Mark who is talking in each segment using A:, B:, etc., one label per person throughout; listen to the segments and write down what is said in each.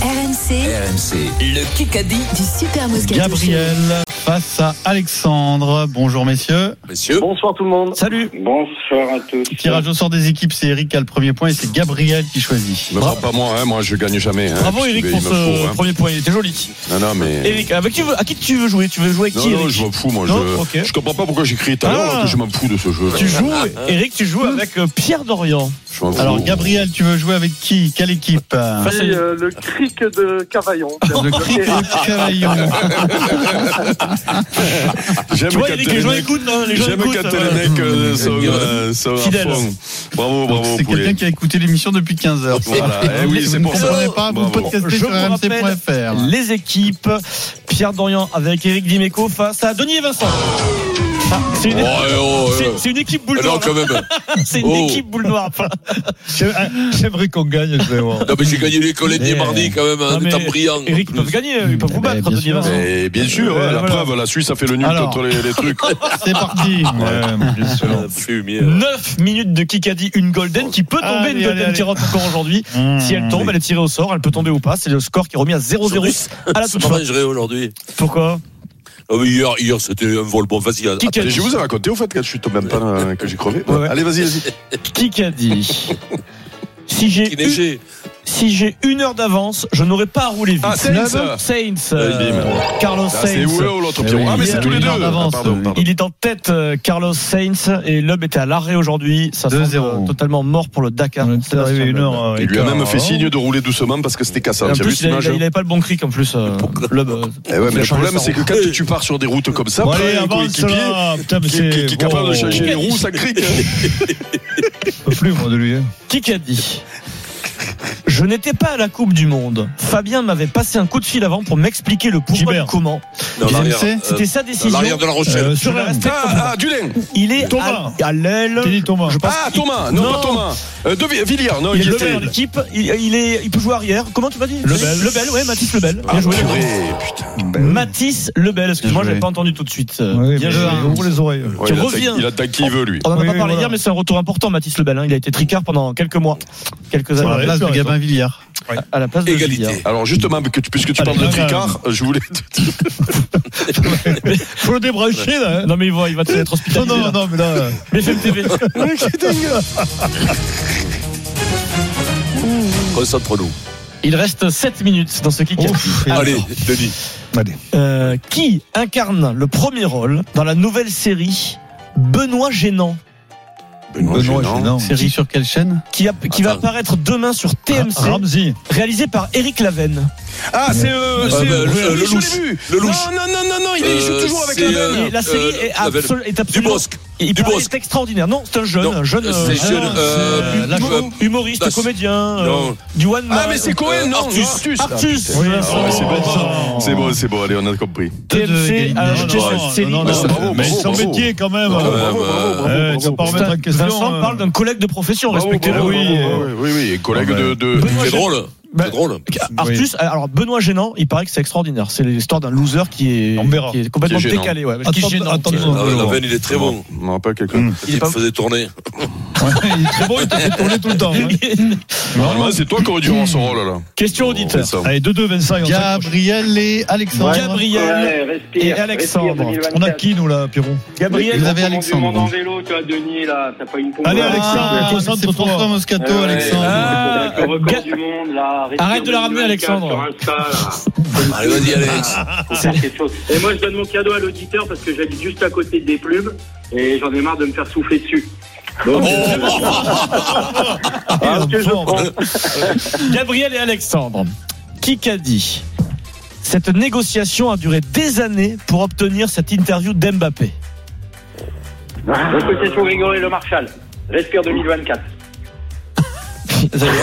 A: RMC
B: RMC, le Kikadi.
A: du Super Moscato
C: Gabriel face à Alexandre. Bonjour messieurs.
B: Messieurs,
D: Bonsoir tout le monde.
C: Salut.
D: Bonsoir à tous.
C: Tirage au sort des équipes, c'est Eric qui a le premier point et c'est Gabriel qui choisit.
E: Me frappe pas moi, hein, moi je gagne jamais. Hein,
F: Bravo
E: Parce
F: Eric
E: que
F: pour
E: il me
F: ce
E: faut, hein.
F: premier point, il était joli.
E: Non, non, mais.
F: Eric, avec qui veux- à qui tu veux jouer Tu veux jouer avec
E: non,
F: qui
E: non,
F: Eric
E: je m'en fous, moi.
F: Non,
E: je...
F: ok.
E: je comprends pas pourquoi j'écris tout à l'heure,
F: Ah.
E: alors que je m'en fous de ce jeu. hein.
F: Tu joues, Eric, tu joues avec euh, Pierre Dorian.
E: Je m'en fous.
C: Alors Gabriel, tu veux jouer avec qui Quelle équipe
F: Face à-
D: Et, euh, le cric de Cavaillon.
C: Le cric de Cavaillon.
E: j'aime
F: Tu vois,
E: quand
F: Eric,
E: les
F: les gens
E: mecs-
F: écoutent, hein, les gens
E: J'aime
F: écoutent.
E: quand
F: euh,
E: les mecs euh, sont, euh, sont à
F: Fidèles.
E: fond. Bravo,
C: Donc,
E: bravo,
C: C'est
E: poulet.
C: quelqu'un qui a écouté l'émission depuis 15 heures.
E: Voilà, eh oui,
C: Vous
E: c'est
C: ne
E: pour ça.
C: comprenez pas, vous
E: Bravo.
C: podcastez
F: Je
C: sur
F: vous rappelle
C: rmc.fr.
F: les équipes. Pierre Dorian avec Eric Dimeco face à Denis et Vincent. Ah, c'est une,
E: Oh, eh, oh, eh.
F: c'est- c'est une équipe boule
E: Ah Non,
F: noire.
E: quand même.
F: C'est une
E: Oh.
F: équipe boule noire.
C: J'aimerais qu'on gagne, je vais voir.
G: Ah,
E: Non, mais j'ai gagné les collègues
C: Eh.
E: des mardis quand même,
G: hein,
F: Non,
E: en
F: mais
E: étant brillant.
F: Eric, ils peuvent gagner, ils peuvent vous
C: Eh ben,
F: battre,
C: bien
F: Denis et
C: sûr.
F: Vincent.
E: Et bien sûr,
F: Euh,
E: hein, la
F: voilà.
E: preuve, la Suisse a fait le nul
C: Alors.
E: contre les, les trucs.
C: C'est parti. Ouais, bien sûr.
E: Fumier.
F: 9 minutes de Kikadi, une golden qui peut tomber,
C: Allez,
F: une golden
C: allez,
F: qui rentre encore aujourd'hui.
C: Mmh.
F: Si elle tombe, elle est tirée au sort, elle peut tomber ou pas. C'est le score qui est remis à 0-0 à la toute
G: Je
F: fin.
G: mangerai aujourd'hui.
F: Pourquoi
G: Ah oui, hier, hier c'était un vol. Bon, vas-y. à-
F: Kikadi.
E: Je vous ai raconté au fait quand je suis tombé en panne, euh, que j'ai crevé.
F: Ouais, ouais.
E: Allez, vas-y, vas-y.
F: Kikadi. Si j'ai
G: Qui
F: eu-
G: neigeait.
F: si j'ai une heure d'avance, je n'aurais pas à rouler vite.
E: Ah, Saints.
F: Saints, euh,
E: Eh bien.
F: Carlos
E: Ah, c'est
F: Sainz.
E: où l'autre
C: Eh
E: Pierrot
C: oui,
E: Ah, mais
C: il y
E: c'est
C: a
E: tous les
C: une
E: deux.
C: heure d'avance,
E: Ah, pardon,
C: oui.
E: pardon.
F: Il est en tête, euh, Carlos Sainz, et l'homme était à l'arrêt aujourd'hui. Ça semble euh,
C: 2-0
F: totalement mort pour le Dakar.
C: On est arrivé une heure. euh,
E: Il lui a
C: quart
E: même fait
C: avant.
E: signe de rouler doucement parce que c'était cassant.
F: hein. En
E: Tu as vu
F: plus, il
E: cette
F: avait,
E: image
F: il avait pas le bon cric en plus. euh, Loeb, euh,
E: Eh ouais,
F: il a
E: mais le
F: changé
E: problème,
F: sa
E: c'est que
F: roue.
E: quand tu pars sur des routes comme ça,
C: Bon,
E: après,
C: allez,
E: un
C: avance
E: euh, coéquipier
C: là Putain, mais
E: qui, qui-
C: c'est.
E: qui est capable de
C: Wow.
E: changer les roues, ça crique. hein.
C: Je peux plus, moi, de lui. hein.
F: Qui qu'a dit Je n'étais pas à la Coupe du Monde. Fabien m'avait passé un coup de fil avant pour m'expliquer le pourquoi et
C: Gilbert.
F: le comment.
G: Non,
C: Ils
G: l'arrière.
C: aiment,
G: euh,
F: C'était sa
G: à
F: décision.
G: l'arrière de la Rochelle.
C: Euh,
F: Je vais
C: Thuram.
F: rester-
E: Ah, ah, Dulin.
F: Il est
C: Thomas.
F: à, à l'aile.
C: Teddy Thomas.
F: Je pense
E: Ah,
F: qu'il-
E: Thomas. Non,
F: Non.
E: pas Thomas. Euh, De Vi- Villiers, non,
F: Oh, Il est
E: il
F: le
E: était.
F: meilleur de l'équipe. Il, il est, il peut jouer arrière. Comment tu m'as dit
C: Lebel.
F: Lebel, ouais, Mathis Lebel. Bien
E: Ah,
F: joué.
E: purée, putain.
F: Matisse Lebel,
C: Bien
F: excuse-moi,
C: joué.
F: j'avais pas entendu tout de suite. Euh,
C: Ouais,
F: bien
C: mais
F: joué.
C: Ouvre les oreilles.
E: Ouais,
F: Qui
E: il attaque-
F: revient.
E: Il attaque qui il veut, lui.
F: On en a
C: Oui,
F: pas
C: oui,
F: parlé
C: voilà.
F: hier, mais c'est un retour important, Mathis Lebel. hein. Il a été tricard pendant quelques mois, quelques
C: À la
F: années.
C: place de
F: À-
C: Gabin Villiers.
F: À la place de hein.
G: Égalité.
F: Gilbert.
E: Alors, justement, que tu- puisque tu
C: Allez,
E: parles de
C: là, là.
E: Tricard, euh, je voulais te dire.
C: Faut le débrancher, là. hein.
F: Non, mais il va, il va te être
C: Non,
F: hospitalisé.
C: non,
F: là.
C: non, mais là.
F: BFM TV.
G: Concentre-nous.
F: Il reste 7 minutes dans ce kick.
C: Ouf, et-
G: Allez, Denis.
C: Allez.
F: Euh, qui incarne le premier rôle dans la nouvelle série Benoît Gênant,
C: Benoît,
E: Gênant.
C: Gênant. Série sur quelle chaîne
F: qui, a- qui va
G: Attends.
F: apparaître demain sur TMC,
C: Ah, Ramsey.
F: réalisé par Eric Lavenne.
E: Ah, c'est. euh,
G: Ah,
E: c'est,
G: bah,
E: euh,
G: le-
E: oui,
G: le
E: je l'ai
G: louche.
E: vu.
G: Le louche.
E: Non, non, non, non, non, il est- il joue
G: Euh,
E: toujours avec
G: c'est,
E: la
G: euh,
E: même.
F: Et la série
G: euh,
F: est, absolu- est absolument.
G: Dubosc.
F: Il paraît-
G: Dubosc.
F: est extraordinaire. Non, c'est un jeune,
G: Non,
F: un jeune,
G: euh,
F: euh,
G: c'est jeune,
F: ah,
G: euh,
F: c'est, euh,
E: Hugo-
F: humoriste,
G: Das-
F: comédien, euh,
G: Non.
F: du one man.
E: Ah, mais c'est Cohen, non, non,
G: Artus.
E: Artus.
F: Artus.
C: Oui,
F: Vincent.
E: Ah ouais, c'est bon,
C: Oh.
E: c'est bon, c'est bon, allez, on a compris.
F: Eh,
C: ah,
F: TMC a acheté
G: non,
F: cette
G: non,
F: série.
C: Non, non,
E: Mais c'est
C: non,
E: bravo,
C: mais
E: bravo,
C: son
E: bravo.
C: métier quand même.
E: Bravo,
C: Euh,
E: bravo, bravo, bravo,
C: euh, ils
E: bravo,
C: vont pas
E: bravo.
C: remettre en question.
F: Vincent
C: euh,
F: parle d'un collègue de profession,
E: Bravo,
F: respectez-le.
E: bravo,
C: oui,
E: bravo,
C: euh,
E: oui, oui, et collègue
C: Ah ben,
E: de. de-
G: C'est drôle.
F: Ben,
G: C'est drôle.
F: Artus, alors Benoît Gênant, il paraît que c'est extraordinaire. C'est l'histoire d'un loser qui
C: On verra.
F: est, qui est complètement
E: Qui est gênant.
F: décalé. Ouais, qui
C: Attends-
F: est gênant.
C: attends-
F: qui est-
C: attends-
G: Ah,
C: bon.
G: la veine, il est très bon.
E: On rappelle quelqu'un.
F: Il est
G: Il
F: pas-
G: me faisait tourner.
C: Il est très bon, il t'a fait tourner tout le temps. hein.
E: Normalement, c'est toi qui aurais dû avoir ce rôle là.
F: Question auditeur.
E: C'est ça.
C: Allez, 2-2, Vincent. et on s'accroche. Gabriel et Alexandre.
F: Gabriel,
D: respire,
F: et Alexandre.
D: respire,
C: On a qui, nous, là, Pierrot
F: Gabriel,
C: Vous avez
D: Comment du monde en
C: Alexandre.
D: vélo, toi, Denis, là, t'as pas une pompe.
C: Allez,
D: Ah,
C: Alexandre,
F: Ah,
C: concentre-toi.
F: concentre-toi,
C: Moscato,
D: ouais, ouais.
C: Alexandre.
F: Ah,
D: Avec le record
F: Ga-
D: du monde, là. respire
F: Arrête de la ramener,
D: 2024
F: Alexandre.
D: sur Insta, là.
G: Allez, vas-y, Alex.
D: Faut faire quelque chose. Et moi, je donne mon cadeau à l'auditeur parce que j'habite juste à côté des plumes et j'en ai marre de me faire souffler dessus. Donc, euh,
C: Ah,
D: que je
C: bon.
D: prends.
F: Gabriel et Alexandre. Qui qu'a dit Cette négociation a duré des années pour obtenir cette interview d'Mbappé.
D: Le côté sous rigoureux et le Marshall. Respire 2024.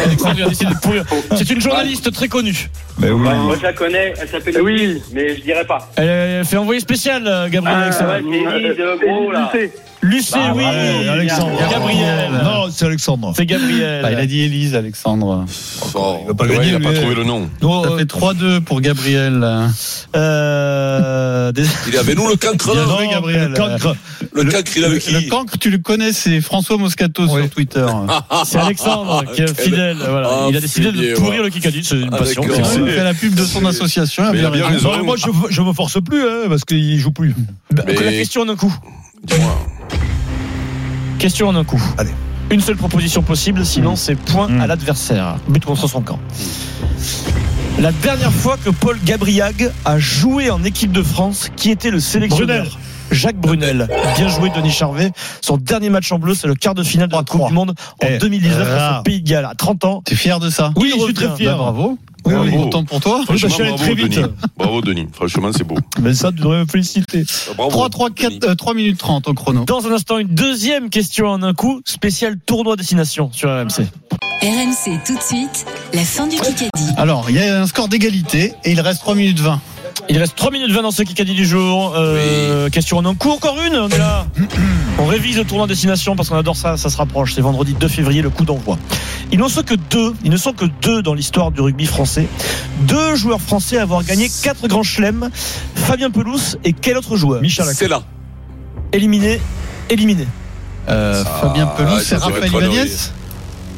F: Alexandre vient Ah, d'essayer de pourrir. C'est une journaliste très connue.
D: Moi, je la connais, elle s'appelle Oui, mais je dirais pas.
F: Elle euh, fait envoyer spécial, euh, Gabriel Alexandre.
D: Ah, ouais, c'est Élise, euh, gros, là.
F: Lucé, oui.
C: Allez, Ah, Alexandre.
F: Gabriel.
C: Non, c'est Alexandre.
F: C'est Gabriel.
C: Ah, il a dit Élise, Alexandre.
E: Il
C: va pas gagner,
E: il a
C: lui,
E: pas
C: eh.
E: trouvé le nom.
C: Ça fait 3-2 pour Gabriel.
F: Euh, des-
G: Il est avec nous, le
E: Oh,
G: cancre.
C: Bien
G: là
C: joué, Gabriel.
F: le cancre.
G: Le cancre, il est avec
C: Le
G: qui
C: cancre, tu le connais, c'est François Moscato sur Twitter.
E: Ah,
F: C'est Alexandre qui est
G: Quel-
F: fidèle. Voilà.
G: Ah,
F: il a décidé de
G: fidèle,
F: pourrir
G: ouais.
F: le Kikadi. C'est une
G: Ah,
F: passion.
G: d'accord.
C: Il
F: C'est-
C: fait la pub de son association.
E: Mais il a bien raison.
C: Non, mais moi, je,
F: je me force plus, hein, parce qu'il joue plus.
E: Mais-
F: Bah, La question en un coup.
E: Dis-moi.
F: Question en un coup.
C: Allez.
F: Une seule proposition possible, sinon c'est point
C: Mm.
F: à l'adversaire. But contre son camp. La dernière fois que Paul Gabriag a joué en équipe de France, qui était le sélectionneur
C: Brunel.
F: Jacques Brunel. Bien joué, Denis Charvet. Son dernier match en bleu, c'est le quart de finale de la Coupe
C: 3-3.
F: du Monde en
C: Eh,
F: 2019 face
C: rare.
F: au Pays de Galles. À 30 ans,
C: T'es fier de ça
F: Oui,
C: Il
F: je suis
C: revient.
F: très fier. bah,
C: Bah, bravo.
E: Bravo.
C: Oui, bah, oui, Autant pour toi.
F: suis
E: Franchement,
F: allé
E: bravo,
F: très vite.
E: Denis. Bravo, Denis. Franchement, c'est beau.
F: mais ça, tu devrais me féliciter.
G: Ah, Bravo.
C: 3, 3, 4, 3 euh, minutes 30 au chrono.
F: Dans un instant, une deuxième question en un coup, spécial tournoi destination sur RMC.
A: RMC tout de suite, la fin du Kikadi.
C: Alors, il y a un score d'égalité et il reste 3 minutes 20.
F: Il reste 3 minutes 20 dans ce Kikadi du jour. Euh, Question en un coup, encore une, on est là. on révise le tournoi destination parce qu'on adore ça, ça se rapproche. C'est vendredi 2 février, le coup d'envoi. Ils n'en sont que deux, ils ne sont que deux dans l'histoire du rugby français. Deux joueurs français à avoir gagné quatre grands chelems. Fabien Pelouse et quel autre joueur Michel
G: C'est là.
F: Éliminé, éliminé,
C: Euh, Fabien Pelou,
G: ah,
C: c'est
G: ça doit
C: Raphaël
G: être connerie.
C: Ibanez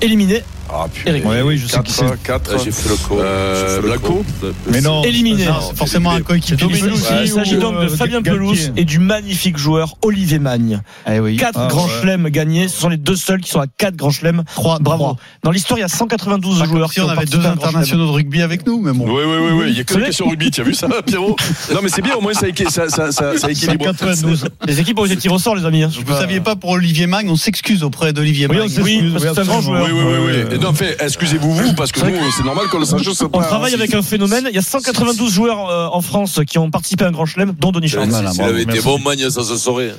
F: éliminé,
G: Ah,
F: Eric.
C: Ouais, oui, je sais qui c'est.
E: 4, 4.
G: Ah, J'ai fait le con. J'ai fait
E: Euh,
G: le
E: Blanco
G: con.
C: Mais non,
F: Éliminé.
C: non, c'est forcément un coéquipier.
G: Dominique
C: de Pelouse.
G: Pelouse.
F: Il s'agit donc
C: euh,
F: de Fabien Pelouse et du magnifique joueur Olivier Magne.
C: Eh oui.
F: Quatre
C: Ah,
F: grands
C: ouais.
F: chelems gagnés, ce sont les deux seuls qui sont à quatre grands chelems.
C: Trois,
F: Ah, Bravo.
C: bravo.
F: Dans l'histoire, il y a 192 joueurs
C: si
F: qui
C: on
F: ont
C: avait
F: participé
C: deux
F: à un grand
C: internationaux de rugby avec nous, mais
E: Oui,
C: bon.
E: oui, oui, oui. Il y a que
F: C'est
E: des
F: vrai
E: questions rugby. Tu as vu ça, Pierrot Non, mais c'est bien. Au moins, ça, équi- ça, ça, ça, ça équilibre.
C: 92.
F: chelem. Les équipes ont été tirées au sort, les amis. hein. Je
C: Vous
F: sais pas.
C: saviez pas pour Olivier Magne, on s'excuse auprès d'Olivier
F: Oui, on
C: Magne.
F: s'excuse, Oui, parce que c'est un grand
C: absolument.
F: joueur.
E: Oui, oui, oui. oui. Et non, fait, excusez-vous, vous, parce que nous, c'est normal qu'on le sache. c'est
F: On
E: pas-
F: travaille avec un phénomène. Il y a 192 joueurs euh, en France qui ont participé à un grand chelem, dont Denis Charles.
C: Voilà,
G: S'il
C: hein, bravo,
G: avait été
C: merci.
G: bon, Magne, ça se saurait.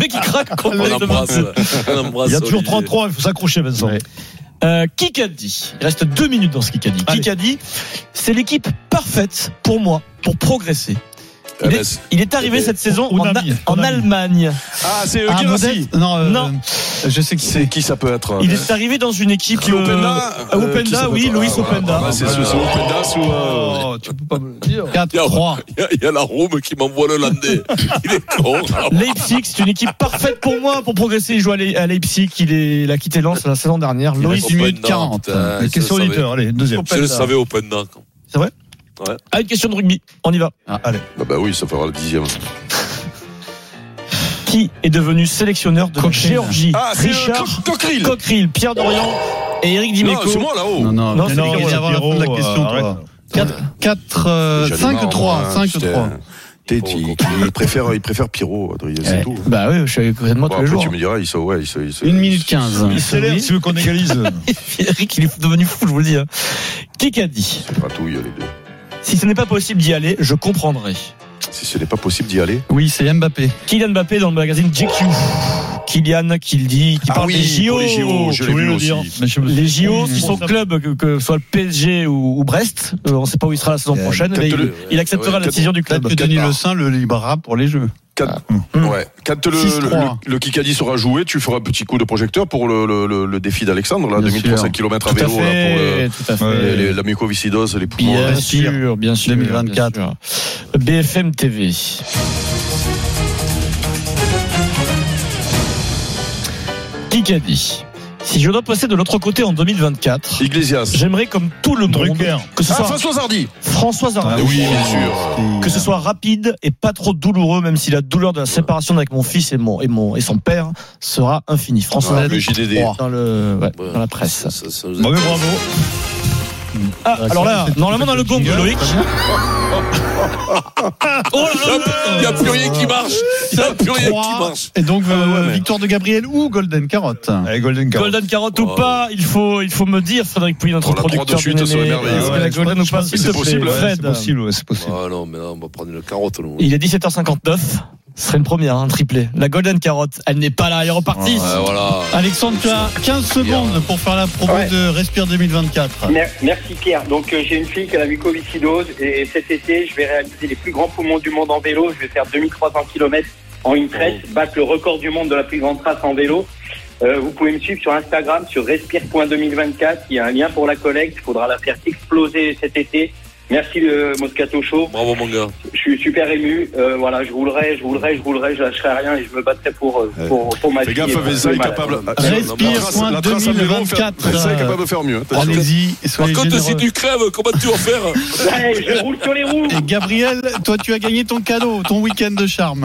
F: Mais qui craque
G: On
F: complètement.
G: embrasse. On embrasse. Olivier.
F: il faut s'accrocher, Vincent. Euh, Kikadi, il reste deux minutes dans ce Kikadi.
C: Allez.
F: Kikadi, c'est l'équipe parfaite pour moi, pour progresser.
G: Eh
F: Il
G: ben,
F: est, il est arrivé
G: eh ben,
F: cette saison en,
C: Unami,
F: A- en
C: Unami.
F: Allemagne.
E: Ah, c'est
C: Ah,
E: Guérassi.
C: Modeste Non, euh,
F: Non.
C: je sais qui c'est.
E: C'est qui ça peut être
F: Il est arrivé dans une équipe.
E: Qui, Openda
F: euh,
E: Euh, qui
F: Openda,
E: ça peut
F: oui,
E: être
F: Loïs
E: Ah, voilà,
F: Openda.
E: voilà, C'est c'est- c'est Openda sous. euh,
C: Oh, tu peux pas me le dire. 4,
G: Tiens,
C: 3.
G: Il y a- il y a la Roum qui m'envoie le landais. Il est con.
F: Leipzig, c'est une équipe parfaite pour moi pour progresser. Il joue à Le- à Leipzig, il, est, il a quitté Lens la saison dernière.
G: Il
F: Loïs,
G: reste-
C: 10 minutes 40.
E: hein.
G: Putain, je
C: Question
G: le savais.
C: auditeur, allez, deuxième.
G: Je le savais au pendant.
F: c'est vrai
G: Ouais.
F: Ah, une question de rugby. On y va.
C: Ah, allez.
E: Ah bah oui, ça fera le dixième.
F: Qui est devenu sélectionneur de la
C: Cochrane.
F: Géorgie
E: Ah, c'est
F: Richard
E: euh, Co- Coqueril.
F: Coqueril, Pierre Dorian et Eric
E: Non,
F: Dimeco.
E: c'est moi là-haut.
C: Non, non,
F: Non,
C: mais
F: c'est
C: non,
F: Pierrot,
C: il vient avant la fin de la
F: Pierrot,
C: question,
F: euh,
C: toi. 4, 4
E: J'en ai
C: 5,
E: marre,
C: 3.
E: moi,
C: 5,
E: putain.
C: 3.
E: T'es- Il il préfère il préfère Pierrot, Adrien, c'est tout.
F: Bah oui, je suis avec moi
E: Bon,
F: tous les
E: après,
F: jours.
E: tu me diras, il se. Ouais, il se, il se-
C: 1 minute 15.
F: Il s'élève,
C: tu veux qu'on égalise
F: Eric, il est devenu fou, je vous le dis. hein. Qui qu'a dit
E: il se gratouille, les deux.
F: Si ce n'est pas possible d'y aller, je comprendrai.
E: Si ce n'est pas possible d'y aller.
C: Oui, c'est Mbappé.
F: Kylian Mbappé dans le magazine GQ. Kylian qui le dit, qui
E: Ah
F: parle
E: oui,
F: des JO.
E: pour les JO, je l'ai vu aussi.
F: Les JO, si
C: Mmh.
F: son club, que, que soit le PSG ou, ou Brest, euh, on ne sait pas où il sera la saison
C: Euh,
F: prochaine, mais
E: peut-être
F: il,
E: le-
F: il acceptera
E: ouais,
F: la
E: peut-être-
F: décision du club.
C: Peut-être que Denis Le Saint le libérera pour les jeux.
E: Quand, ouais. quand le,
C: Ah. Six, trois.
E: le, le Kikadi sera joué, tu feras un petit coup de projecteur pour le, le, le, le défi d'Alexandre, là,
C: Bien
E: 2300
C: sûr.
E: km à vélo, là, pour le,
F: tout à
E: les, les- la mucoviscidose, les poumons.
F: Bien
C: Ouais.
F: sûr, bien sûr.
C: 2024.
F: bien sûr. BFM TV. Qui qu'a dit Si je dois passer de l'autre côté en 2024,
E: Iglesias.
F: j'aimerais comme tout le monde
C: Drucker.
F: que ce
E: Ah,
F: soit
E: François Hardy
F: François
C: Ah,
F: Arnaud.
E: Oui, bien sûr.
F: Que ce soit rapide et pas trop douloureux, même si la douleur de la séparation avec mon fils et, mon, et, mon, et son père sera infinie. François
E: Ouais,
F: Arnaud,
E: le JDD.
F: trois. dans, le, ouais,
G: Ouais.
F: dans la presse. Oh
G: Ça- ça nous a-
C: Bravo, bravo.
F: Ah, alors là, normalement dans le gong,
C: Jingle.
F: Loïc. Oh là là
G: Il n'y a plus rien qui marche. Il n'y a plus rien qui marche.
C: Et donc, euh,
E: Ah ouais, mais-
C: victoire de Gabriel ou Golden Carotte Golden
F: Golden Carotte ou
G: Wow.
F: pas, il faut, il faut me dire, Frédéric Pouille, notre
E: On la prend de
F: producteur.
E: suite,
F: bien-aimé,
E: ça serait merveilleux.
F: Est-ce que
E: Ouais,
F: la Golden ou pas,
E: que
F: s'il te
E: c'est
F: plaît,
E: possible, ouais,
F: Fred
C: possible, ouais, c'est possible.
G: Ah non, mais là, on va prendre une carotte, nous.
F: Il est 17h59. Ce serait une première, un triplé. La Golden Carotte, elle n'est pas là, elle est repartie.
G: Ouais, voilà.
C: Alexandre, tu as 15 secondes pour faire la promo
D: Ouais.
C: de Respire 2024.
D: Mer- Merci Pierre. Donc euh, j'ai une fille qui a la mucoviscidose et cet été je vais réaliser les plus grands poumons du monde en vélo. Je vais faire 2300 km en une trace,
E: Oh.
D: battre le record du monde de la plus grande trace en vélo. Euh, vous pouvez me suivre sur Instagram sur respire.2024. Il y a un lien pour la collecte. Il faudra la faire exploser cet été. Merci le Moscato Show.
G: Bravo, mon gars.
D: Je suis super ému. Euh, voilà, je roulerai, je roulerai, je roulerai, je lâcherai rien et je me battrai pour, euh, pour, pour ma
E: Fais
D: fille.
E: gaffe
D: et
E: à
D: pour
E: Vesa
D: le
E: est
D: malade.
E: capable.
C: Respire, point
E: la trace à vélo,
C: 2024.
E: Vesa est capable de faire mieux. t'as dit.
C: Allez-y,
G: Par
C: soyez
G: contre, si
C: généreux.
G: tu crèves, comment tu vas faire
D: Ouais, je roule sur les roues.
C: Et Gabriel, toi, tu as gagné ton cadeau, ton week-end de charme.